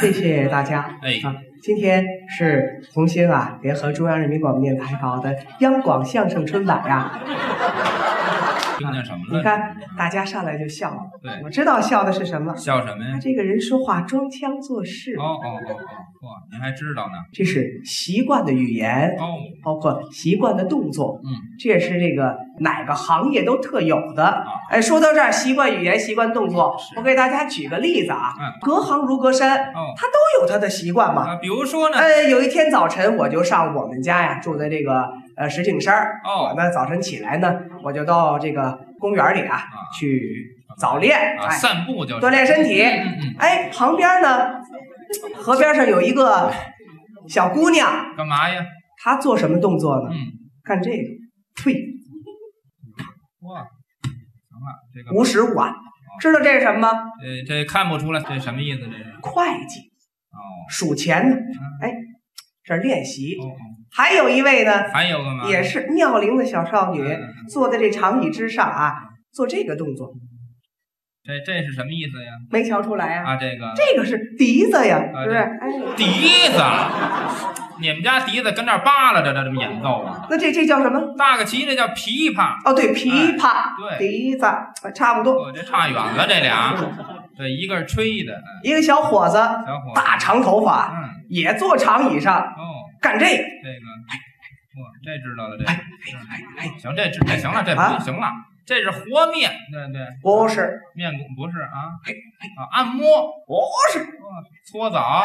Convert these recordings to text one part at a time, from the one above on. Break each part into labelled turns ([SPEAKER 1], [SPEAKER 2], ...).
[SPEAKER 1] 谢谢大家。
[SPEAKER 2] 哎
[SPEAKER 1] 啊，今天是红星啊联合中央人民广播电台搞的央广相声春晚呀、
[SPEAKER 2] 听见什么了？
[SPEAKER 1] 你看，大家上来就笑了，
[SPEAKER 2] 对，
[SPEAKER 1] 我知道笑的是什么。
[SPEAKER 2] 笑什么呀
[SPEAKER 1] 他？这个人说话装腔作势，
[SPEAKER 2] 哦哦哦哦，哇，您还知道呢？
[SPEAKER 1] 这是习惯的语言，
[SPEAKER 2] 哦，
[SPEAKER 1] 包括习惯的动作，
[SPEAKER 2] 嗯，
[SPEAKER 1] 这也是这个哪个行业都特有的。
[SPEAKER 2] 啊
[SPEAKER 1] 哎，说到这儿，习惯语言、习惯动作，
[SPEAKER 2] 是
[SPEAKER 1] 我给大家举个例子啊
[SPEAKER 2] 嗯，
[SPEAKER 1] 隔行如隔山，
[SPEAKER 2] 哦
[SPEAKER 1] 他都有他的习惯嘛。
[SPEAKER 2] 啊，比如说呢？
[SPEAKER 1] 呃，有一天早晨，我就上我们家呀，住在这个呃石景山儿。我
[SPEAKER 2] 哦，
[SPEAKER 1] 呢早晨起来呢，我就到这个公园里啊去早练，
[SPEAKER 2] 啊，
[SPEAKER 1] 哎，
[SPEAKER 2] 散步就是
[SPEAKER 1] 锻炼身体。
[SPEAKER 2] 嗯嗯
[SPEAKER 1] 哎，旁边呢，河边上有一个小姑娘，
[SPEAKER 2] 嗯，干嘛呀？
[SPEAKER 1] 她做什么动作呢？
[SPEAKER 2] 嗯，
[SPEAKER 1] 干这个，呸，
[SPEAKER 2] 哇，行了，这个
[SPEAKER 1] 无实物
[SPEAKER 2] 哦
[SPEAKER 1] 啊！知道这是什么吗？
[SPEAKER 2] 呃，这看不出来，这什么意思？这是
[SPEAKER 1] 会计
[SPEAKER 2] 哦
[SPEAKER 1] 数钱呢。
[SPEAKER 2] 嗯
[SPEAKER 1] 哎，这儿练习。
[SPEAKER 2] 哦哦，
[SPEAKER 1] 还有一位呢，
[SPEAKER 2] 还有干嘛？
[SPEAKER 1] 也是妙龄的小少女。
[SPEAKER 2] 嗯嗯
[SPEAKER 1] 坐在这长椅之上啊，做这个动作，
[SPEAKER 2] 这这是什么意思呀？
[SPEAKER 1] 没瞧出来啊？
[SPEAKER 2] 啊，这个
[SPEAKER 1] 这个是笛子呀，
[SPEAKER 2] 啊
[SPEAKER 1] 是不是？哎，
[SPEAKER 2] 笛子，你们家笛子跟那儿扒拉着呢，这么演奏啊？
[SPEAKER 1] 那这这叫什么？
[SPEAKER 2] 大个旗这叫琵琶，
[SPEAKER 1] 哦，对，琵琶、
[SPEAKER 2] 哎对，哦
[SPEAKER 1] 笛子，差不多。
[SPEAKER 2] 我这差远了，这俩，这一个是吹的，嗯
[SPEAKER 1] 一个小伙子，
[SPEAKER 2] 小伙子，
[SPEAKER 1] 大长头发，
[SPEAKER 2] 嗯，
[SPEAKER 1] 也坐长椅上
[SPEAKER 2] 哦，
[SPEAKER 1] 干这个。
[SPEAKER 2] 这个，哇，这知道了，这
[SPEAKER 1] 哎哎哎，
[SPEAKER 2] 行，这知这行了，这
[SPEAKER 1] 啊
[SPEAKER 2] 不行了，这是和面，对对，
[SPEAKER 1] 不是，
[SPEAKER 2] 面不不是啊，
[SPEAKER 1] 哎
[SPEAKER 2] 啊，按摩
[SPEAKER 1] 不是，
[SPEAKER 2] 搓澡，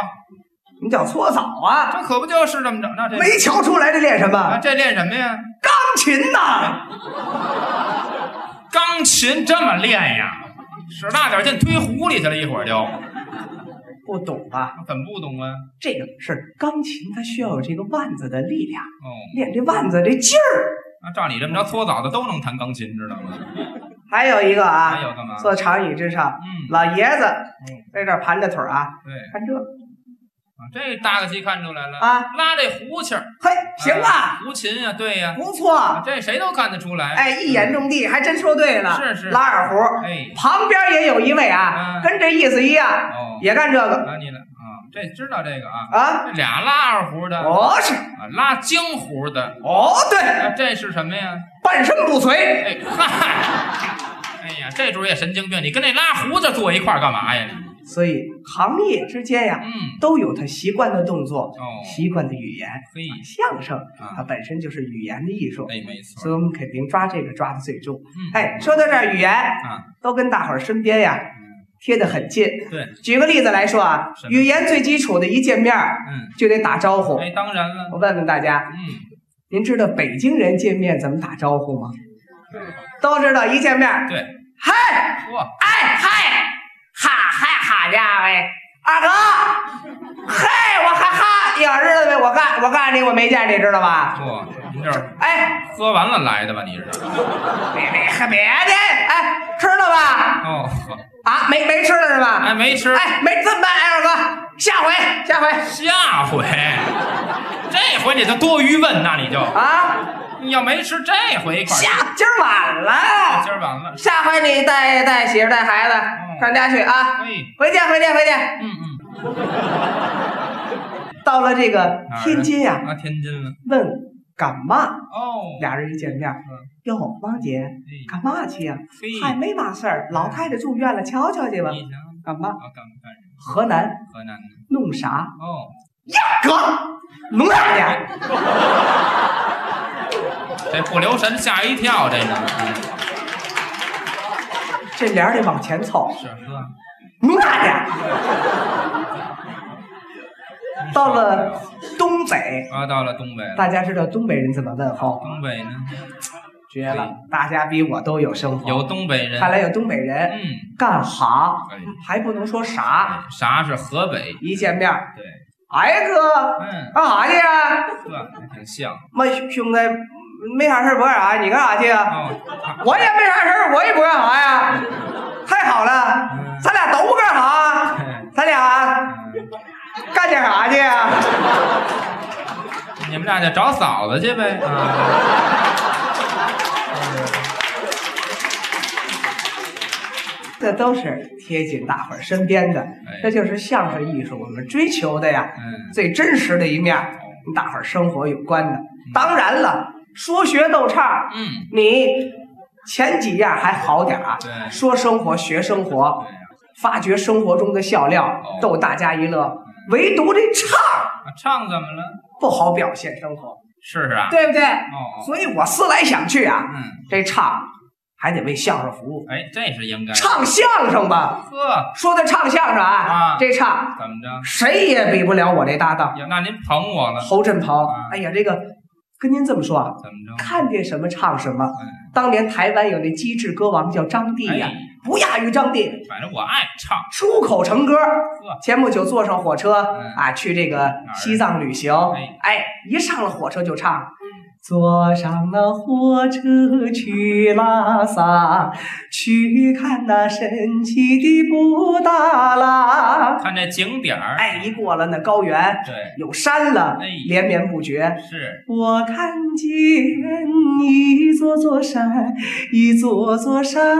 [SPEAKER 1] 你叫搓澡啊？
[SPEAKER 2] 这可不就是这么着？那这
[SPEAKER 1] 没瞧出来这练什
[SPEAKER 2] 啊，
[SPEAKER 1] 么？
[SPEAKER 2] 这练什么呀？
[SPEAKER 1] 钢琴呐！
[SPEAKER 2] 钢琴这么练呀？使大点劲，推湖里去了，一会儿就，
[SPEAKER 1] 不懂啊，
[SPEAKER 2] 怎么不懂啊？
[SPEAKER 1] 这个是钢琴，它需要有这个腕子的力量，
[SPEAKER 2] 哦，
[SPEAKER 1] 练这腕子这劲儿。
[SPEAKER 2] 那照你这么着，搓澡的都能弹钢琴，知道吗？
[SPEAKER 1] 还有一个
[SPEAKER 2] 还
[SPEAKER 1] 啊，
[SPEAKER 2] 有干嘛？
[SPEAKER 1] 坐长椅之上。
[SPEAKER 2] 嗯，
[SPEAKER 1] 老爷子
[SPEAKER 2] 哎
[SPEAKER 1] 在这儿盘着腿儿啊，
[SPEAKER 2] 对
[SPEAKER 1] 看这
[SPEAKER 2] 啊，这大个旗看出来了，
[SPEAKER 1] 啊，
[SPEAKER 2] 拉这胡琴儿，
[SPEAKER 1] 嘿，行啊，
[SPEAKER 2] 胡琴啊，对呀，
[SPEAKER 1] 不
[SPEAKER 2] 啊
[SPEAKER 1] 错，
[SPEAKER 2] 这谁都看得出来。
[SPEAKER 1] 哎，一眼中地，还真说对了，
[SPEAKER 2] 是是
[SPEAKER 1] 拉二胡。
[SPEAKER 2] 哎，
[SPEAKER 1] 旁边也有一位啊，
[SPEAKER 2] 嗯
[SPEAKER 1] 跟这意思一样，
[SPEAKER 2] 哦，
[SPEAKER 1] 也干这个
[SPEAKER 2] 拉你了啊，这知道这个啊，
[SPEAKER 1] 啊，
[SPEAKER 2] 这俩拉二胡的
[SPEAKER 1] 哦是，
[SPEAKER 2] 啊，拉京胡的，
[SPEAKER 1] 哦对，
[SPEAKER 2] 啊，这是什么呀？
[SPEAKER 1] 半身不遂，
[SPEAKER 2] 哎嗨，哎呀，这主儿也神经病，你跟那拉胡子坐一块儿干嘛呀？你
[SPEAKER 1] 所以行业之间呀，
[SPEAKER 2] 嗯，
[SPEAKER 1] 都有他习惯的动作，
[SPEAKER 2] 哦，嗯
[SPEAKER 1] 习惯的语言。
[SPEAKER 2] 嘿，
[SPEAKER 1] 相声它
[SPEAKER 2] 啊，
[SPEAKER 1] 本身就是语言的艺术，
[SPEAKER 2] 哎，没错，
[SPEAKER 1] 所以我们肯定抓这个抓的最重。
[SPEAKER 2] 嗯，
[SPEAKER 1] 哎，说到这儿，语言
[SPEAKER 2] 啊
[SPEAKER 1] 都跟大伙儿身边呀贴得很近。
[SPEAKER 2] 对，
[SPEAKER 1] 举个例子来说啊
[SPEAKER 2] 什，么
[SPEAKER 1] 语言最基础的一见面儿
[SPEAKER 2] 嗯，
[SPEAKER 1] 就得打招呼。
[SPEAKER 2] 哎，当然了，
[SPEAKER 1] 我问问大家，
[SPEAKER 2] 嗯，
[SPEAKER 1] 您知道北京人见面怎么打招呼吗？都知道，一见面儿，
[SPEAKER 2] 对，
[SPEAKER 1] 嗨，
[SPEAKER 2] 哇，
[SPEAKER 1] 哎嗨，哈嗨哈家伙，二哥，嘿，我哈哈，呀，知道没？我干我干你，我没见你知道吧？
[SPEAKER 2] 哇，您这儿
[SPEAKER 1] 哎，
[SPEAKER 2] 喝完了来的吧？你是？
[SPEAKER 1] 别别别的，哎，吃了吧？
[SPEAKER 2] 哦，
[SPEAKER 1] 啊，没没吃了是吧？
[SPEAKER 2] 哎，没吃，
[SPEAKER 1] 哎，没这么办，哎，二哥，下回下回
[SPEAKER 2] 下回，这回你就多余问，那你就
[SPEAKER 1] 啊，
[SPEAKER 2] 你要没吃这回一块儿吃，
[SPEAKER 1] 下今儿晚了，
[SPEAKER 2] 今儿晚了，
[SPEAKER 1] 下回你带带媳妇儿带孩
[SPEAKER 2] 嗯
[SPEAKER 1] 子上家去啊，
[SPEAKER 2] 嘿，
[SPEAKER 1] 回见回见回见。
[SPEAKER 2] 嗯嗯，
[SPEAKER 1] 到了这个天津呀、
[SPEAKER 2] 啊，天津了，
[SPEAKER 1] 问干嘛？
[SPEAKER 2] 哦，
[SPEAKER 1] 俩人一见面，哟，王姐
[SPEAKER 2] 嗯哎
[SPEAKER 1] 干嘛去呀、
[SPEAKER 2] 嘿，嗯
[SPEAKER 1] 嗨，没嘛事儿，老太太住院了，瞧瞧去吧。
[SPEAKER 2] 你想
[SPEAKER 1] 干嘛？
[SPEAKER 2] 啊，干不干什
[SPEAKER 1] 河南
[SPEAKER 2] 么河南的？
[SPEAKER 1] 弄啥？
[SPEAKER 2] 哦，
[SPEAKER 1] 哥，弄啥去？啊
[SPEAKER 2] 这不留神吓一跳，这个
[SPEAKER 1] 这帘儿得往前凑，
[SPEAKER 2] 是哥，
[SPEAKER 1] 弄啥去？啊到了东北。
[SPEAKER 2] 啊，到了东北了，
[SPEAKER 1] 大家知道东北人怎么问候？
[SPEAKER 2] 东北呢
[SPEAKER 1] 绝了，大家比我都有生活。
[SPEAKER 2] 有东北人
[SPEAKER 1] 看，来有东北人
[SPEAKER 2] 嗯，
[SPEAKER 1] 干哈
[SPEAKER 2] 哎
[SPEAKER 1] 还不能说啥，
[SPEAKER 2] 哎啥是河北？
[SPEAKER 1] 一见面，
[SPEAKER 2] 对，
[SPEAKER 1] 哎哥，
[SPEAKER 2] 嗯，
[SPEAKER 1] 干啥去啊？
[SPEAKER 2] 呵，还挺像哦
[SPEAKER 1] 妈兄弟，没啥事儿不干啥，你干啥去啊？
[SPEAKER 2] 哦，他
[SPEAKER 1] 我 也没啥事儿，我也不干啥呀。太好了，
[SPEAKER 2] 嗯
[SPEAKER 1] 咱俩都不干 啥，
[SPEAKER 2] 嘿
[SPEAKER 1] 咱俩
[SPEAKER 2] 嗯
[SPEAKER 1] 干点啥去啊？
[SPEAKER 2] 你们俩就找嫂子去呗
[SPEAKER 1] 嗯
[SPEAKER 2] 啊！
[SPEAKER 1] 这都是贴近大伙儿身边的，这
[SPEAKER 2] 哎，
[SPEAKER 1] 就是相声艺术我们追求的呀，
[SPEAKER 2] 嗯，哦
[SPEAKER 1] 最真实的一面，跟大伙儿生活有关的。当然了，说学逗唱，
[SPEAKER 2] 嗯，
[SPEAKER 1] 你前几样还好点儿啊，
[SPEAKER 2] 对，
[SPEAKER 1] 说生活学生活，
[SPEAKER 2] 对呀
[SPEAKER 1] 发掘生活中的笑料
[SPEAKER 2] 哦，嗯
[SPEAKER 1] 逗大家一乐。唯独这唱
[SPEAKER 2] 啊唱怎么了？
[SPEAKER 1] 不好表现生活，
[SPEAKER 2] 试试啊。
[SPEAKER 1] 对不对？
[SPEAKER 2] 哦，
[SPEAKER 1] 所以我思来想去啊，
[SPEAKER 2] 嗯，
[SPEAKER 1] 这唱还得为相声服务，
[SPEAKER 2] 哎，这是应该。
[SPEAKER 1] 唱相声吧。
[SPEAKER 2] 呵，
[SPEAKER 1] 说的唱相声啊，
[SPEAKER 2] 啊
[SPEAKER 1] 这唱
[SPEAKER 2] 怎么着？
[SPEAKER 1] 谁也比不了我这搭档
[SPEAKER 2] 呀，那您捧我了，
[SPEAKER 1] 侯振鹏
[SPEAKER 2] 啊。
[SPEAKER 1] 哎呀，这个跟您这么说啊，
[SPEAKER 2] 怎么着？
[SPEAKER 1] 看见什么唱什么。当年台湾有那机智歌王叫张帝呀、
[SPEAKER 2] 嗯哎，
[SPEAKER 1] 不亚于张帝，
[SPEAKER 2] 反正我爱唱。
[SPEAKER 1] 出口成歌。前不久坐上火车
[SPEAKER 2] 嗯
[SPEAKER 1] 啊，去这个西藏旅行
[SPEAKER 2] 哎，嗯
[SPEAKER 1] 哎，一上了火车就唱。坐上了火车去拉萨，去看那神奇的布达拉。
[SPEAKER 2] 看这景点儿，
[SPEAKER 1] 哎，一过了那高原，
[SPEAKER 2] 对，
[SPEAKER 1] 有山了
[SPEAKER 2] 哎，
[SPEAKER 1] 连绵不绝。
[SPEAKER 2] 是
[SPEAKER 1] 我看见一座座山，一座座山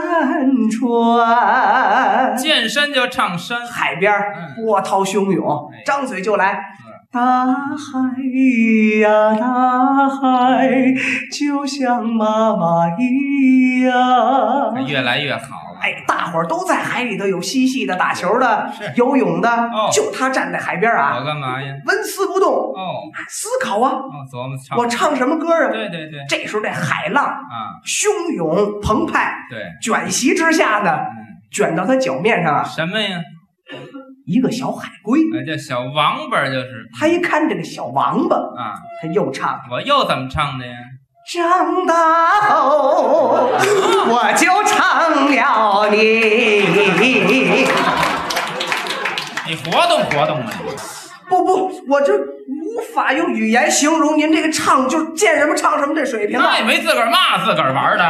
[SPEAKER 1] 川。
[SPEAKER 2] 见山就唱山，
[SPEAKER 1] 海边儿
[SPEAKER 2] 嗯
[SPEAKER 1] 波涛汹涌
[SPEAKER 2] 哎，嗯
[SPEAKER 1] 张嘴就来。大海呀，大海，就像妈妈一样。
[SPEAKER 2] 越来越好了。
[SPEAKER 1] 哎，大伙儿都在海里头，有嬉戏的、打球的、游泳的，
[SPEAKER 2] 哦
[SPEAKER 1] 就他站在海边儿啊
[SPEAKER 2] 我，干嘛呀？
[SPEAKER 1] 纹丝不动，
[SPEAKER 2] 哦，
[SPEAKER 1] 思考啊，
[SPEAKER 2] 哦，琢磨唱，
[SPEAKER 1] 我唱什么歌啊？
[SPEAKER 2] 对对对，
[SPEAKER 1] 这时候这海浪
[SPEAKER 2] 啊，
[SPEAKER 1] 汹涌澎湃，
[SPEAKER 2] 对，
[SPEAKER 1] 卷袭之下呢，
[SPEAKER 2] 嗯，
[SPEAKER 1] 卷到他脚面上啊，
[SPEAKER 2] 什么呀？
[SPEAKER 1] 一个小海龟。
[SPEAKER 2] 哎，这小王八就是
[SPEAKER 1] 他一看这个小王八，
[SPEAKER 2] 啊，
[SPEAKER 1] 他又唱
[SPEAKER 2] 我又怎么唱的呀？
[SPEAKER 1] 长大后我就成了你。
[SPEAKER 2] 你活动活动吧你。
[SPEAKER 1] 不不，我这无法用语言形容您这个唱，就见什么唱什么这水平
[SPEAKER 2] 那也
[SPEAKER 1] 啊！
[SPEAKER 2] 没自个儿骂自个儿玩儿的，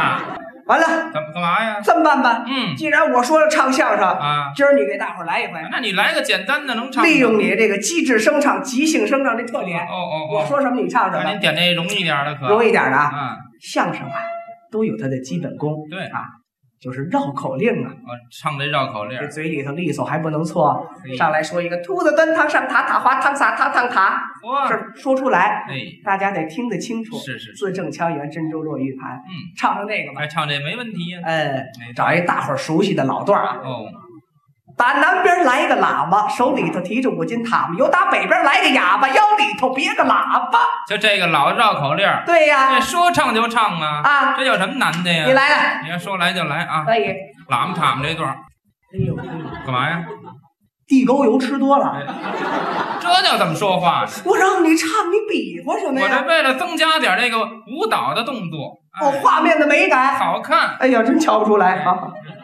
[SPEAKER 1] 完了，
[SPEAKER 2] 怎么干嘛呀？
[SPEAKER 1] 这么办吧，
[SPEAKER 2] 嗯
[SPEAKER 1] 既然我说了唱相声，
[SPEAKER 2] 啊，
[SPEAKER 1] 今儿你给大伙儿来一回。
[SPEAKER 2] 那你来个简单的，能唱吗？
[SPEAKER 1] 利用你这个机智声唱、即兴声唱这特点
[SPEAKER 2] 哦，哦
[SPEAKER 1] 我
[SPEAKER 2] 哦，
[SPEAKER 1] 说什么你唱什
[SPEAKER 2] 那
[SPEAKER 1] 么，
[SPEAKER 2] 您点那容易点儿的可
[SPEAKER 1] 容易点儿的啊。
[SPEAKER 2] 啊，
[SPEAKER 1] 相声啊，都有它的基本功，
[SPEAKER 2] 对
[SPEAKER 1] 啊，就是绕口令啊，
[SPEAKER 2] 我唱这绕口令
[SPEAKER 1] 这
[SPEAKER 2] 儿，哎
[SPEAKER 1] 嘴里头利索还不能错。
[SPEAKER 2] 嘿
[SPEAKER 1] 上来说一个兔子端汤上塔，塔滑汤洒汤汤塔，
[SPEAKER 2] 哇，
[SPEAKER 1] 是说出来，
[SPEAKER 2] 哎，
[SPEAKER 1] 大家得听得清楚。
[SPEAKER 2] 啊是是是，
[SPEAKER 1] 字正腔圆，珍珠落玉盘。
[SPEAKER 2] 嗯，
[SPEAKER 1] 唱唱这个吧。
[SPEAKER 2] 哎，唱这没问题呀。
[SPEAKER 1] 嗯，
[SPEAKER 2] 哎
[SPEAKER 1] 找一大伙儿熟悉的老段儿啊，
[SPEAKER 2] 哦，
[SPEAKER 1] 打南边来个喇嘛，手里头提着五斤塔嘛；又打北边来个哑巴，腰里头别个喇叭。
[SPEAKER 2] 就这个老绕口令儿，
[SPEAKER 1] 对呀、
[SPEAKER 2] 这说唱就唱啊，
[SPEAKER 1] 啊，
[SPEAKER 2] 这有什么难的
[SPEAKER 1] 你
[SPEAKER 2] 哎呀？
[SPEAKER 1] 来了，
[SPEAKER 2] 你要说来就来啊，
[SPEAKER 1] 可以。
[SPEAKER 2] 喇嘛塔们这段儿
[SPEAKER 1] 哎呦，
[SPEAKER 2] 干嘛呀？
[SPEAKER 1] 地沟油吃多
[SPEAKER 2] 哎
[SPEAKER 1] 了，
[SPEAKER 2] 这叫怎么说话呢？
[SPEAKER 1] 我让你唱，你比划什么
[SPEAKER 2] 我这
[SPEAKER 1] 呀？
[SPEAKER 2] 为了增加点那个舞蹈的动作，
[SPEAKER 1] 哦，
[SPEAKER 2] 哎，
[SPEAKER 1] 画面的美感，
[SPEAKER 2] 好看，
[SPEAKER 1] 哎呀，真瞧不出来啊！
[SPEAKER 2] 哎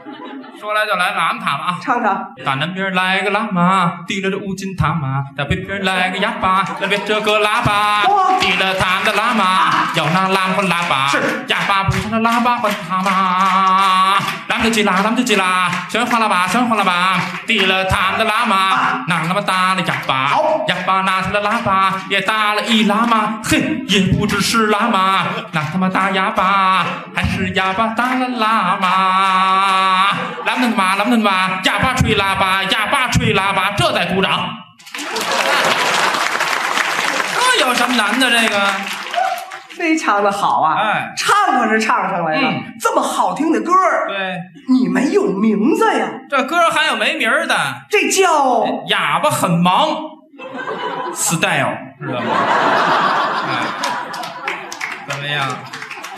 [SPEAKER 2] 说来就来，喇嘛塔嘛啊。
[SPEAKER 1] 唱唱，
[SPEAKER 2] 打南边来个喇嘛，提了这乌金塔嘛；打北边来个哑巴，那边这个喇叭
[SPEAKER 1] 哇，
[SPEAKER 2] 提了他的喇嘛，要那喇嘛喇叭，
[SPEAKER 1] 是
[SPEAKER 2] 哑巴不是那喇叭换他嘛。咱们就急啦，咱们就急啦，全换喇叭，全换喇叭，提了他的喇嘛
[SPEAKER 1] 啊，
[SPEAKER 2] 那喇嘛打了哑巴，
[SPEAKER 1] 好
[SPEAKER 2] 哑巴拿他的喇叭也打了一喇嘛，嘿，也不只是喇嘛，那他妈打哑巴，还是哑巴打了喇嘛，喇嘛他妈喇嘛他妈，哑巴吹喇叭，哑巴吹喇叭，这再鼓掌。这有什么难的？这个，
[SPEAKER 1] 非常的好啊！
[SPEAKER 2] 哎，
[SPEAKER 1] 唱可是唱上来了
[SPEAKER 2] 嗯，
[SPEAKER 1] 这么好听的歌儿，
[SPEAKER 2] 对，
[SPEAKER 1] 你没有名字呀？
[SPEAKER 2] 这歌还有没名儿的，
[SPEAKER 1] 这叫
[SPEAKER 2] 哑巴很忙，style，知道吗？哎，怎么样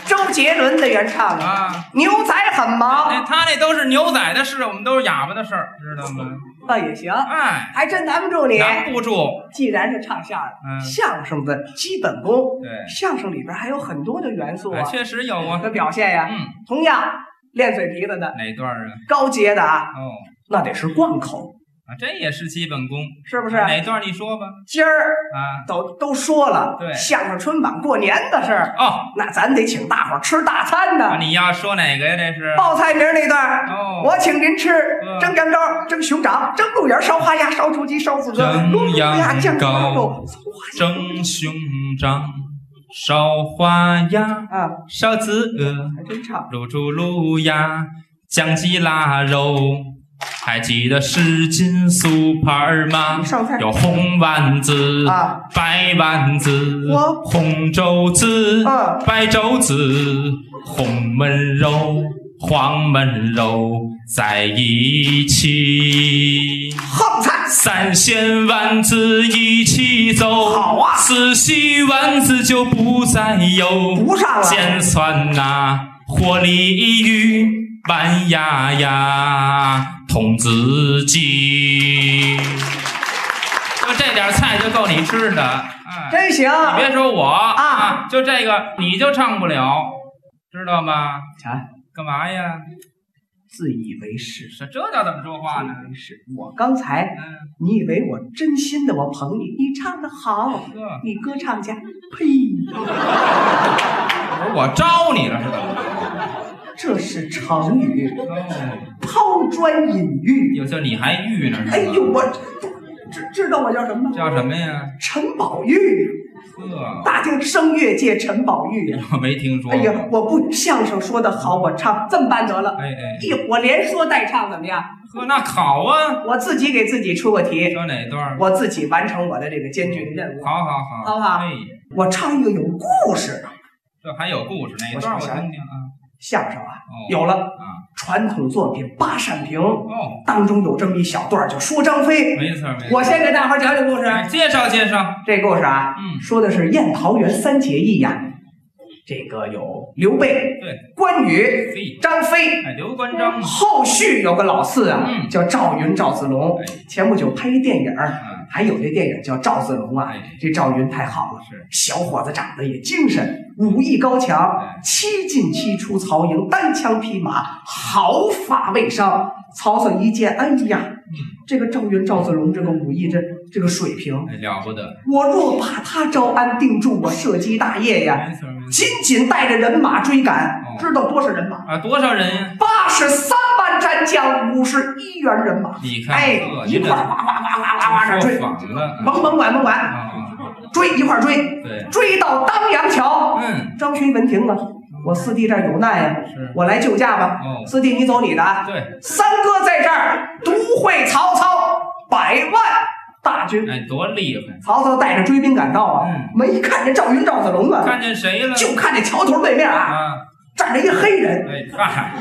[SPEAKER 1] 周杰伦的原唱啊！
[SPEAKER 2] 啊？
[SPEAKER 1] 牛仔很
[SPEAKER 2] 那
[SPEAKER 1] 忙，
[SPEAKER 2] 哎他那都是牛仔的事，我们都是哑巴的事儿，知道吗？
[SPEAKER 1] 倒也行，
[SPEAKER 2] 哎，
[SPEAKER 1] 还真难不住你。
[SPEAKER 2] 难不住，哎
[SPEAKER 1] 既然是唱相
[SPEAKER 2] 嗯
[SPEAKER 1] 声，相声的基本功，
[SPEAKER 2] 对，
[SPEAKER 1] 相声里边还有很多的元素
[SPEAKER 2] 哎
[SPEAKER 1] 啊，
[SPEAKER 2] 确实有啊。
[SPEAKER 1] 和表现呀。
[SPEAKER 2] 嗯，
[SPEAKER 1] 同样，练嘴皮子的、
[SPEAKER 2] 哪段儿啊？
[SPEAKER 1] 高阶的啊，
[SPEAKER 2] 哦，
[SPEAKER 1] 那得是贯口，
[SPEAKER 2] 啊，这也是基本功，啊
[SPEAKER 1] 是不是？
[SPEAKER 2] 哪段儿你说吧？
[SPEAKER 1] 今儿
[SPEAKER 2] 啊，
[SPEAKER 1] 都都说了，
[SPEAKER 2] 对
[SPEAKER 1] 相声春晚过年的事儿，
[SPEAKER 2] 哦，
[SPEAKER 1] 那咱得请大伙儿吃大餐
[SPEAKER 2] 啊
[SPEAKER 1] 呢。
[SPEAKER 2] 你要说哪个呀？这是
[SPEAKER 1] 报菜名那段儿，
[SPEAKER 2] 哦，
[SPEAKER 1] 哦我请您吃
[SPEAKER 2] 嗯
[SPEAKER 1] 蒸羊羔、蒸熊掌、蒸鹿眼、烧花鸭、烧雏鸡、烧四哥、
[SPEAKER 2] 蒸
[SPEAKER 1] 卤卤鸭、
[SPEAKER 2] 羊
[SPEAKER 1] 酱牛
[SPEAKER 2] 羔、
[SPEAKER 1] 肉烧花鸭
[SPEAKER 2] 蒸熊掌，烧花鸭，
[SPEAKER 1] 啊，
[SPEAKER 2] 烧子鹅，
[SPEAKER 1] 还真唱
[SPEAKER 2] 卤猪卤鸭，香鸡腊肉，还记得是金苏盘儿吗
[SPEAKER 1] 你上菜？
[SPEAKER 2] 有红丸子、
[SPEAKER 1] 啊
[SPEAKER 2] 白丸子
[SPEAKER 1] 我、
[SPEAKER 2] 红肘子、
[SPEAKER 1] 啊
[SPEAKER 2] 白肘子、红焖肉、黄焖肉在一起。
[SPEAKER 1] 横菜
[SPEAKER 2] 三鲜丸子一起走，
[SPEAKER 1] 好啊
[SPEAKER 2] 四喜丸子就不再有，
[SPEAKER 1] 不上了
[SPEAKER 2] 煎蒜呐、火鲤鱼，板鸭呀，童子鸡，就这点菜就够你吃的，嗯，
[SPEAKER 1] 真行。
[SPEAKER 2] 你别说我
[SPEAKER 1] 啊，
[SPEAKER 2] 就这个你就唱不了，知道吗？
[SPEAKER 1] 瞧，
[SPEAKER 2] 干嘛呀？
[SPEAKER 1] 自以为是，
[SPEAKER 2] 这这叫怎么说话呢？
[SPEAKER 1] 自以为是。我刚才
[SPEAKER 2] 嗯，
[SPEAKER 1] 你以为我真心的，我捧你，你唱的好，
[SPEAKER 2] 这
[SPEAKER 1] 你歌唱家，呸，
[SPEAKER 2] 不是我招你了是怎么着？
[SPEAKER 1] 这是成语，
[SPEAKER 2] 哦。
[SPEAKER 1] 抛砖引玉。
[SPEAKER 2] 有叫你还玉呢？是吧
[SPEAKER 1] 哎呦，我知知道我叫什么吗？
[SPEAKER 2] 叫什么呀？
[SPEAKER 1] 陈宝玉，
[SPEAKER 2] 呵，
[SPEAKER 1] 大厅声乐界陈宝玉。
[SPEAKER 2] 我没听说
[SPEAKER 1] 哎
[SPEAKER 2] 过。
[SPEAKER 1] 呀，我不相声说的好，我唱这么办得了。
[SPEAKER 2] 哎哎，
[SPEAKER 1] 一我连说带唱怎么样？
[SPEAKER 2] 呵，那考啊，
[SPEAKER 1] 我自己给自己出个题，
[SPEAKER 2] 说哪段儿？
[SPEAKER 1] 我自己完成我的这个艰巨的任务。
[SPEAKER 2] 好好好，
[SPEAKER 1] 好吧
[SPEAKER 2] 哎，
[SPEAKER 1] 我唱一个有故事的
[SPEAKER 2] 这还有故事，哪段儿我听听啊？
[SPEAKER 1] 相声啊，
[SPEAKER 2] 哦，
[SPEAKER 1] 有了
[SPEAKER 2] 啊，
[SPEAKER 1] 传统作品《八扇屏》
[SPEAKER 2] 哦，
[SPEAKER 1] 当中有这么一小段儿，叫说张飞。
[SPEAKER 2] 没错没错。
[SPEAKER 1] 我先给大伙儿讲讲故事。啊
[SPEAKER 2] 哎介绍介绍，
[SPEAKER 1] 这故事啊，
[SPEAKER 2] 嗯，
[SPEAKER 1] 说的是宴桃园三结义呀。这个有刘备、
[SPEAKER 2] 对，
[SPEAKER 1] 关羽、
[SPEAKER 2] 嘿，
[SPEAKER 1] 张飞，
[SPEAKER 2] 哎，刘关张嘛，
[SPEAKER 1] 后续有个老四啊，
[SPEAKER 2] 嗯
[SPEAKER 1] 叫赵云、赵子龙
[SPEAKER 2] 哎。
[SPEAKER 1] 前不久拍一电影儿，
[SPEAKER 2] 嗯，
[SPEAKER 1] 还有这电影叫《赵子龙》啊
[SPEAKER 2] 哎，
[SPEAKER 1] 这赵云太好了，
[SPEAKER 2] 是，
[SPEAKER 1] 小伙子长得也精神，武艺高强
[SPEAKER 2] 哎，
[SPEAKER 1] 七进七出曹营，单枪匹马，毫发未伤。曹操一见，哎呀，
[SPEAKER 2] 嗯
[SPEAKER 1] 这个赵云、赵子龙这个武艺这这个水平，
[SPEAKER 2] 哎，了不得，
[SPEAKER 1] 我若把他招安定住，我社稷大业呀！
[SPEAKER 2] 没错没错。
[SPEAKER 1] 紧紧带着人马追赶
[SPEAKER 2] 哦，
[SPEAKER 1] 知道多少人马？
[SPEAKER 2] 啊，多少人呀？
[SPEAKER 1] 八十三万战将，五十一员人马，
[SPEAKER 2] 你看，
[SPEAKER 1] 哎
[SPEAKER 2] 呵，
[SPEAKER 1] 一
[SPEAKER 2] 您
[SPEAKER 1] 块
[SPEAKER 2] 这
[SPEAKER 1] 儿哇哇哇哇哇往上追
[SPEAKER 2] 说，反了，
[SPEAKER 1] 甭甭管甭管。
[SPEAKER 2] 啊，
[SPEAKER 1] 追一块儿追，
[SPEAKER 2] 对，
[SPEAKER 1] 追到当阳桥，
[SPEAKER 2] 嗯，
[SPEAKER 1] 张勋一闻听啊，我四弟这儿有难呀、
[SPEAKER 2] 是，
[SPEAKER 1] 我来救驾吧。
[SPEAKER 2] 哦，
[SPEAKER 1] 四弟你走你的啊，
[SPEAKER 2] 对，
[SPEAKER 1] 三哥在这儿独会曹操百万大军。
[SPEAKER 2] 哎，多厉害！
[SPEAKER 1] 曹操带着追兵赶到啊，
[SPEAKER 2] 嗯
[SPEAKER 1] 没看见赵云、赵子龙啊，
[SPEAKER 2] 看见谁了？
[SPEAKER 1] 就看见桥头对面啊
[SPEAKER 2] 啊。
[SPEAKER 1] 站着一黑人。
[SPEAKER 2] 哎，嗨，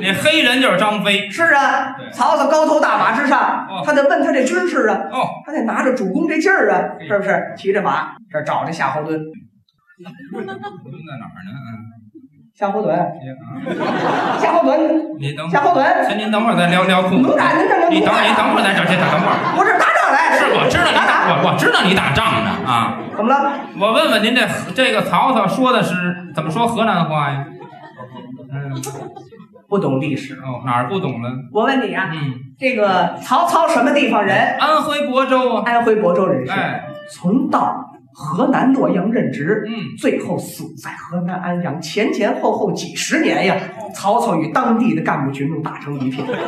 [SPEAKER 2] 那黑人就是张飞
[SPEAKER 1] 是啊
[SPEAKER 2] 对，
[SPEAKER 1] 曹操高头大马之上
[SPEAKER 2] 哦，
[SPEAKER 1] 他得问他这军事啊，
[SPEAKER 2] 哦，
[SPEAKER 1] 他得拿着主公这劲儿啊，
[SPEAKER 2] 嗯
[SPEAKER 1] 是不是？骑着马这儿找这夏侯惇，
[SPEAKER 2] 蹲在哪儿呢？
[SPEAKER 1] 夏侯惇，
[SPEAKER 2] 嗯，
[SPEAKER 1] 夏侯惇，
[SPEAKER 2] 你等会
[SPEAKER 1] 夏
[SPEAKER 2] 儿，
[SPEAKER 1] 侯惇。
[SPEAKER 2] 先您等会儿再聊聊裤
[SPEAKER 1] 能
[SPEAKER 2] 子。
[SPEAKER 1] 打您这
[SPEAKER 2] 嗯
[SPEAKER 1] 能
[SPEAKER 2] 你等会儿，你等会儿再这这等会儿。
[SPEAKER 1] 不是打仗来，
[SPEAKER 2] 是我知道你
[SPEAKER 1] 打
[SPEAKER 2] 打
[SPEAKER 1] 打
[SPEAKER 2] 我我知道你打仗呢啊！
[SPEAKER 1] 怎么了？
[SPEAKER 2] 我问问您这这个曹操说的是怎么说河南话呀？嗯，
[SPEAKER 1] 不懂历史。
[SPEAKER 2] 哦，哪儿不懂了？
[SPEAKER 1] 我问你啊，
[SPEAKER 2] 嗯，
[SPEAKER 1] 这个曹操什么地方人？
[SPEAKER 2] 安徽亳州啊。
[SPEAKER 1] 安徽亳州人士，
[SPEAKER 2] 哎，
[SPEAKER 1] 从到河南洛阳任职，
[SPEAKER 2] 嗯，
[SPEAKER 1] 最后死在河南安阳，前前后后几十年呀。曹操与当地的干部群众打成一片，
[SPEAKER 2] 什么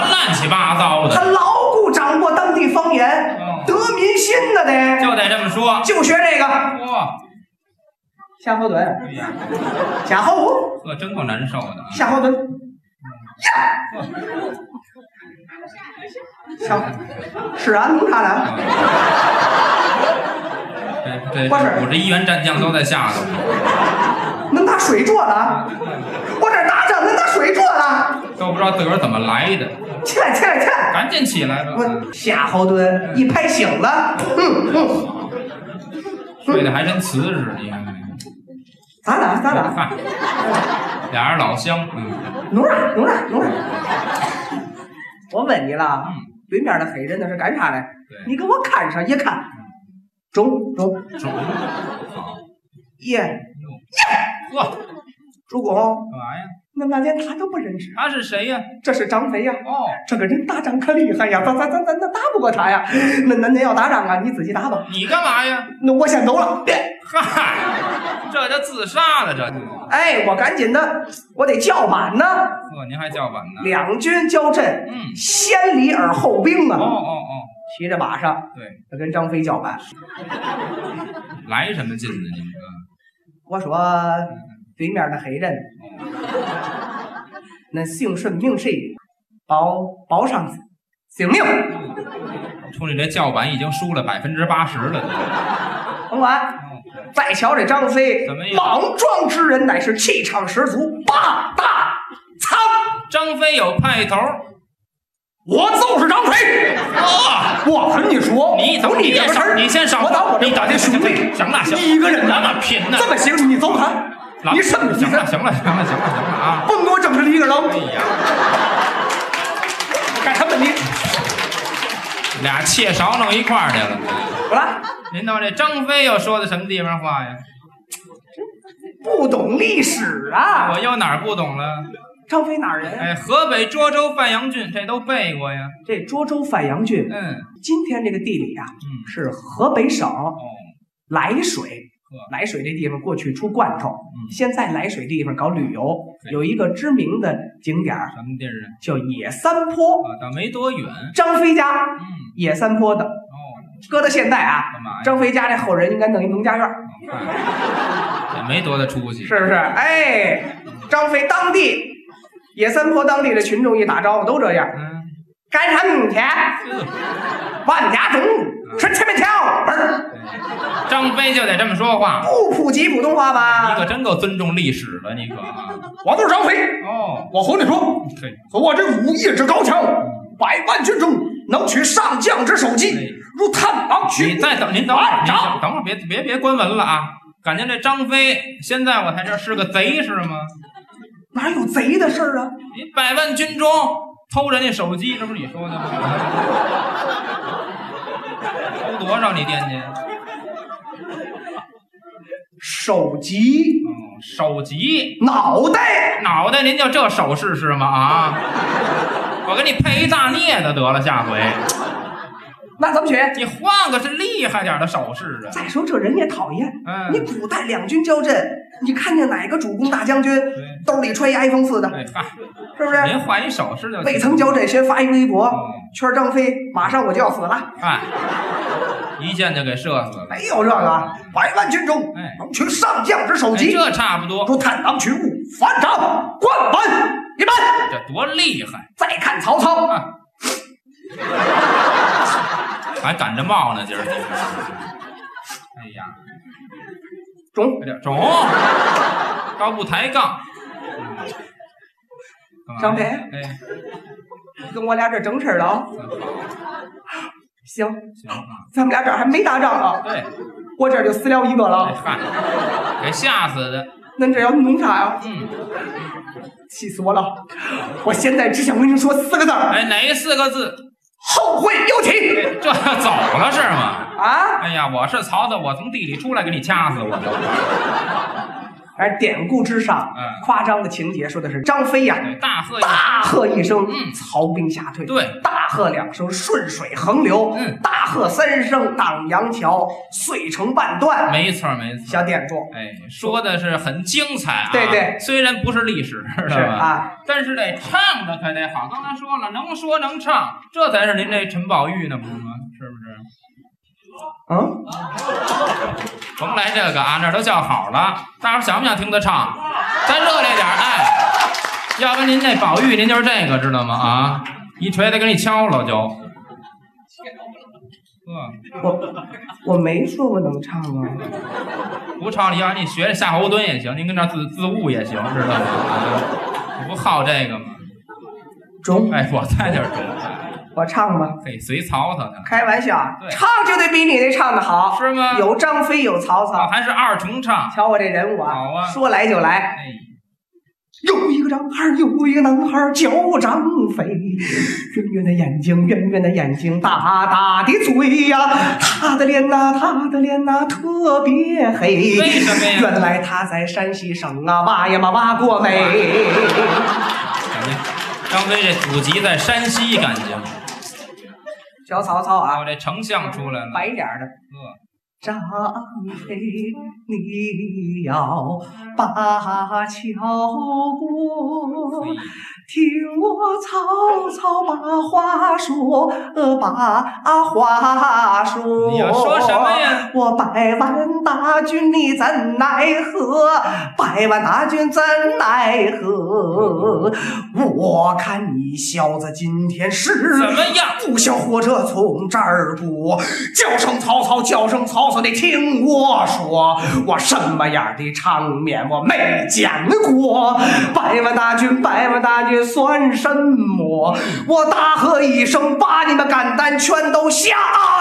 [SPEAKER 2] 乱七八糟
[SPEAKER 1] 他
[SPEAKER 2] 的，
[SPEAKER 1] 牢固掌握当地方言，
[SPEAKER 2] 哦
[SPEAKER 1] 得民心呢得，
[SPEAKER 2] 就得这么说。
[SPEAKER 1] 就学这个
[SPEAKER 2] 哇，
[SPEAKER 1] 夏侯惇，
[SPEAKER 2] 哎呀，
[SPEAKER 1] 夏侯
[SPEAKER 2] 呵，真够难受的啊！
[SPEAKER 1] 夏侯惇。呀，夏是啊，能啥来？
[SPEAKER 2] 这这五十一员战将都在下头。
[SPEAKER 1] 能打水做的，我这打仗能打水做的，
[SPEAKER 2] 都不知道自个儿怎么来的，
[SPEAKER 1] 切切切！
[SPEAKER 2] 赶紧起来吧！
[SPEAKER 1] 我夏侯惇一拍醒了，嗯嗯，
[SPEAKER 2] 睡得还真瓷实，你看看
[SPEAKER 1] 咱俩咱俩，
[SPEAKER 2] 嗨，俩人老乡，嗯，
[SPEAKER 1] 努啥努啥努啥！我问你了，啊
[SPEAKER 2] 嗯
[SPEAKER 1] 对面的黑人那是干啥嘞？
[SPEAKER 2] 对，
[SPEAKER 1] 你给我看上一看，中中
[SPEAKER 2] 中，好，
[SPEAKER 1] 耶，
[SPEAKER 2] 呵，干
[SPEAKER 1] 主公，
[SPEAKER 2] 嘛呀？
[SPEAKER 1] 那那连他都不认识，
[SPEAKER 2] 他是谁呀？
[SPEAKER 1] 这是张飞呀。
[SPEAKER 2] 哦，
[SPEAKER 1] 这个人打仗可厉害呀，咱咱咱咱咱打不过他呀。那那那要打仗啊，你自己打吧。
[SPEAKER 2] 你干嘛呀？
[SPEAKER 1] 那我先走了。别
[SPEAKER 2] 嗨，这叫自杀了，这就，
[SPEAKER 1] 哎，我赶紧的，我得叫板呢。
[SPEAKER 2] 呵，您还叫晚呢？
[SPEAKER 1] 两军交阵，
[SPEAKER 2] 嗯，
[SPEAKER 1] 先礼而后兵
[SPEAKER 2] 哦
[SPEAKER 1] 啊！
[SPEAKER 2] 哦哦，
[SPEAKER 1] 骑着马上，
[SPEAKER 2] 对，
[SPEAKER 1] 他跟张飞叫板。
[SPEAKER 2] 来什么劲呢？您嗯这嗯
[SPEAKER 1] 我说，对面的黑人，恁姓甚名谁？保保上子，姓名。
[SPEAKER 2] 瞅你这叫板已经输了百分之八十了，
[SPEAKER 1] 甭管。再瞧这张飞
[SPEAKER 2] 嗯怎么，样
[SPEAKER 1] 莽撞之人乃是气场十足，霸大苍。
[SPEAKER 2] 张飞有派头，
[SPEAKER 1] 我就是张飞。
[SPEAKER 2] 啊，
[SPEAKER 1] 我跟你说，
[SPEAKER 2] 你等
[SPEAKER 1] 走
[SPEAKER 2] 你
[SPEAKER 1] 这
[SPEAKER 2] 先
[SPEAKER 1] 个
[SPEAKER 2] 上，
[SPEAKER 1] 儿
[SPEAKER 2] 你先上，
[SPEAKER 1] 我打我这
[SPEAKER 2] 你打
[SPEAKER 1] 这
[SPEAKER 2] 这
[SPEAKER 1] 兄弟，
[SPEAKER 2] 行了行了，
[SPEAKER 1] 你一个人
[SPEAKER 2] 那
[SPEAKER 1] 呢
[SPEAKER 2] 么拼呢？
[SPEAKER 1] 这么行，你走开，你什么意思
[SPEAKER 2] 行？了行了行了行了行了啊！
[SPEAKER 1] 甭给我整成一个人
[SPEAKER 2] 哎
[SPEAKER 1] 了，
[SPEAKER 2] 呀，
[SPEAKER 1] 干什么你？
[SPEAKER 2] 俩切勺弄一块儿去了。
[SPEAKER 1] 我来，
[SPEAKER 2] 您瞧这张飞又说的什么地方话呀？
[SPEAKER 1] 不懂历史啊！
[SPEAKER 2] 我又哪儿不懂了？
[SPEAKER 1] 张飞哪儿人？啊
[SPEAKER 2] 哎，河北涿州范阳郡这都背过呀。
[SPEAKER 1] 这涿州范阳郡，
[SPEAKER 2] 嗯
[SPEAKER 1] 今天这个地理啊，
[SPEAKER 2] 嗯，
[SPEAKER 1] 是河北省
[SPEAKER 2] 哦，
[SPEAKER 1] 涞水
[SPEAKER 2] 呵。
[SPEAKER 1] 涞水这地方过去出罐头，
[SPEAKER 2] 嗯，
[SPEAKER 1] 现在涞水地方搞旅游，
[SPEAKER 2] 对
[SPEAKER 1] 有一个知名的景点儿
[SPEAKER 2] 什么地儿啊？
[SPEAKER 1] 叫野三坡。
[SPEAKER 2] 啊，倒没多远。
[SPEAKER 1] 张飞家
[SPEAKER 2] 嗯，
[SPEAKER 1] 野三坡的，
[SPEAKER 2] 哦，
[SPEAKER 1] 搁到现在啊，
[SPEAKER 2] 干嘛呀？
[SPEAKER 1] 张飞家这后人应该弄一农家院儿，
[SPEAKER 2] 哎也没多大出息。
[SPEAKER 1] 是不是？哎，张飞当地野三坡当地的群众一打招呼都这样，
[SPEAKER 2] 嗯，
[SPEAKER 1] 干什么去？
[SPEAKER 2] 这
[SPEAKER 1] 万家中吃吃面条，不是
[SPEAKER 2] 张飞就得这么说话。
[SPEAKER 1] 不普及普通话
[SPEAKER 2] 你
[SPEAKER 1] 吧
[SPEAKER 2] 可？真够尊重历史的，你可啊。
[SPEAKER 1] 我就是张飞，
[SPEAKER 2] 哦，
[SPEAKER 1] 我和你说，
[SPEAKER 2] 对，
[SPEAKER 1] 可我这武艺之高强，百万军中能取上将之首
[SPEAKER 2] 哎
[SPEAKER 1] 级，如探囊取
[SPEAKER 2] 你
[SPEAKER 1] 物。
[SPEAKER 2] 再等，您等会儿，
[SPEAKER 1] 啊
[SPEAKER 2] 您
[SPEAKER 1] 长
[SPEAKER 2] 等等会儿，别别别关门了啊！感情这张飞现在我才知道是个贼是吗？
[SPEAKER 1] 哪有贼的事儿啊？
[SPEAKER 2] 你百万军中偷人家手机，这不是你说的吗？偷多少你惦记？哦，
[SPEAKER 1] 首级、
[SPEAKER 2] 手机
[SPEAKER 1] 脑袋，
[SPEAKER 2] 脑袋，您就这手势是吗？啊，我给你配一大镊子得了，下回
[SPEAKER 1] 那怎么学？
[SPEAKER 2] 你换个是厉害点的手势啊。
[SPEAKER 1] 再说这人也讨厌，你
[SPEAKER 2] 嗯，
[SPEAKER 1] 古代两军交阵，你看见哪个主公大将军
[SPEAKER 2] 对
[SPEAKER 1] 兜里揣一 iPhone 四的，
[SPEAKER 2] 哎
[SPEAKER 1] 是不
[SPEAKER 2] 嗨，您
[SPEAKER 1] 是？
[SPEAKER 2] 换一手势就
[SPEAKER 1] 未曾交阵，先发一微博，
[SPEAKER 2] 哦
[SPEAKER 1] 圈张飞，马上我就要死了。
[SPEAKER 2] 哎，一箭就给射死了。
[SPEAKER 1] 没有这个，百万军中
[SPEAKER 2] 嗯哎
[SPEAKER 1] 能取上将之首
[SPEAKER 2] 哎，
[SPEAKER 1] 级，
[SPEAKER 2] 这差不多，
[SPEAKER 1] 如探囊取物，反掌灌满一般。
[SPEAKER 2] 这多厉害！
[SPEAKER 1] 再看曹操，
[SPEAKER 2] 啊， 还赶着冒呢，今儿。 哎呀，
[SPEAKER 1] 中
[SPEAKER 2] 快点中！高不抬杠。嗯干嘛
[SPEAKER 1] 张飞
[SPEAKER 2] 哎，
[SPEAKER 1] 跟我俩这整事儿了啊！行，
[SPEAKER 2] 行啊，
[SPEAKER 1] 咱们俩这儿还没打仗啊，
[SPEAKER 2] 对，
[SPEAKER 1] 我这儿就私聊一个了
[SPEAKER 2] 哎
[SPEAKER 1] 啊。
[SPEAKER 2] 嗨，给吓死的。
[SPEAKER 1] 恁这要弄啥呀？
[SPEAKER 2] 嗯，
[SPEAKER 1] 气死我了！我现在只想跟您说四个字儿：
[SPEAKER 2] 哎，哪四个字？
[SPEAKER 1] 后会有期
[SPEAKER 2] 这这走了是吗？
[SPEAKER 1] 啊！
[SPEAKER 2] 哎呀，我是曹操，我从地里出来给你掐死我就。
[SPEAKER 1] 而典故之上
[SPEAKER 2] 嗯，
[SPEAKER 1] 夸张的情节说的是张飞呀，
[SPEAKER 2] 对，哎大喝一声。
[SPEAKER 1] 大喝一声
[SPEAKER 2] 嗯，
[SPEAKER 1] 曹兵吓退。
[SPEAKER 2] 对，
[SPEAKER 1] 大喝两声，顺水横流；
[SPEAKER 2] 嗯
[SPEAKER 1] 大喝三声，荡阳桥碎成半段。
[SPEAKER 2] 没错没错。
[SPEAKER 1] 小典故
[SPEAKER 2] 哎，说的是很精彩啊！
[SPEAKER 1] 对对
[SPEAKER 2] 虽然不是历史，知道
[SPEAKER 1] 是
[SPEAKER 2] 吧？
[SPEAKER 1] 啊，
[SPEAKER 2] 但是得唱的可得好。刚才说了，能说能唱，这才是您这陈宝玉呢，不是吗？是不是？
[SPEAKER 1] 嗯，
[SPEAKER 2] 甭来这个啊，那儿都叫好了。大伙儿想不想听他唱？咱热烈点儿，哎！要不您那宝玉，您就是这个，知道吗？啊，一锤子给你敲了就。呵，
[SPEAKER 1] 我我没说我能唱啊。
[SPEAKER 2] 不唱你要你学着夏侯惇也行，您跟这儿自自悟也行，知道吗？啊你不好这个吗？
[SPEAKER 1] 中，
[SPEAKER 2] 哎，我在这儿中，
[SPEAKER 1] 我唱吧，
[SPEAKER 2] 嘿，随曹操呢，
[SPEAKER 1] 开玩笑啊
[SPEAKER 2] 对，
[SPEAKER 1] 唱就得比你那唱的好，
[SPEAKER 2] 是吗？
[SPEAKER 1] 有张飞，有曹
[SPEAKER 2] 啊，
[SPEAKER 1] 操。
[SPEAKER 2] 还是二重唱。
[SPEAKER 1] 瞧我这人物
[SPEAKER 2] 好
[SPEAKER 1] 啊
[SPEAKER 2] 啊，
[SPEAKER 1] 说来就来。
[SPEAKER 2] 哎，
[SPEAKER 1] 有一个张孩儿，有一个男孩儿叫张飞，圆圆的眼睛，圆圆的眼睛，大大的嘴呀、他的脸呐、他的脸呐、特别黑。
[SPEAKER 2] 为什么呀
[SPEAKER 1] 原来他在山西省啊，挖呀嘛挖过煤。
[SPEAKER 2] 感觉张飞这祖籍在山西，感情。
[SPEAKER 1] 小曹操
[SPEAKER 2] 啊，
[SPEAKER 1] 啊，
[SPEAKER 2] 我这丞相出来了。
[SPEAKER 1] 白点儿的，
[SPEAKER 2] 呵，
[SPEAKER 1] 张飞，你要把桥过，听我曹操把话说，呃把话说。
[SPEAKER 2] 你要说什么呀？
[SPEAKER 1] 我百万大军你怎奈何？百万大军怎奈何？我看你小子今天是
[SPEAKER 2] 怎么样？
[SPEAKER 1] 不消火车从这儿过，叫声曹操，叫声曹操，你听我说，我什么样的场面我没见过？百万大军，百万大军算什么？我大喝一声，把你们敢担全都吓
[SPEAKER 2] 啊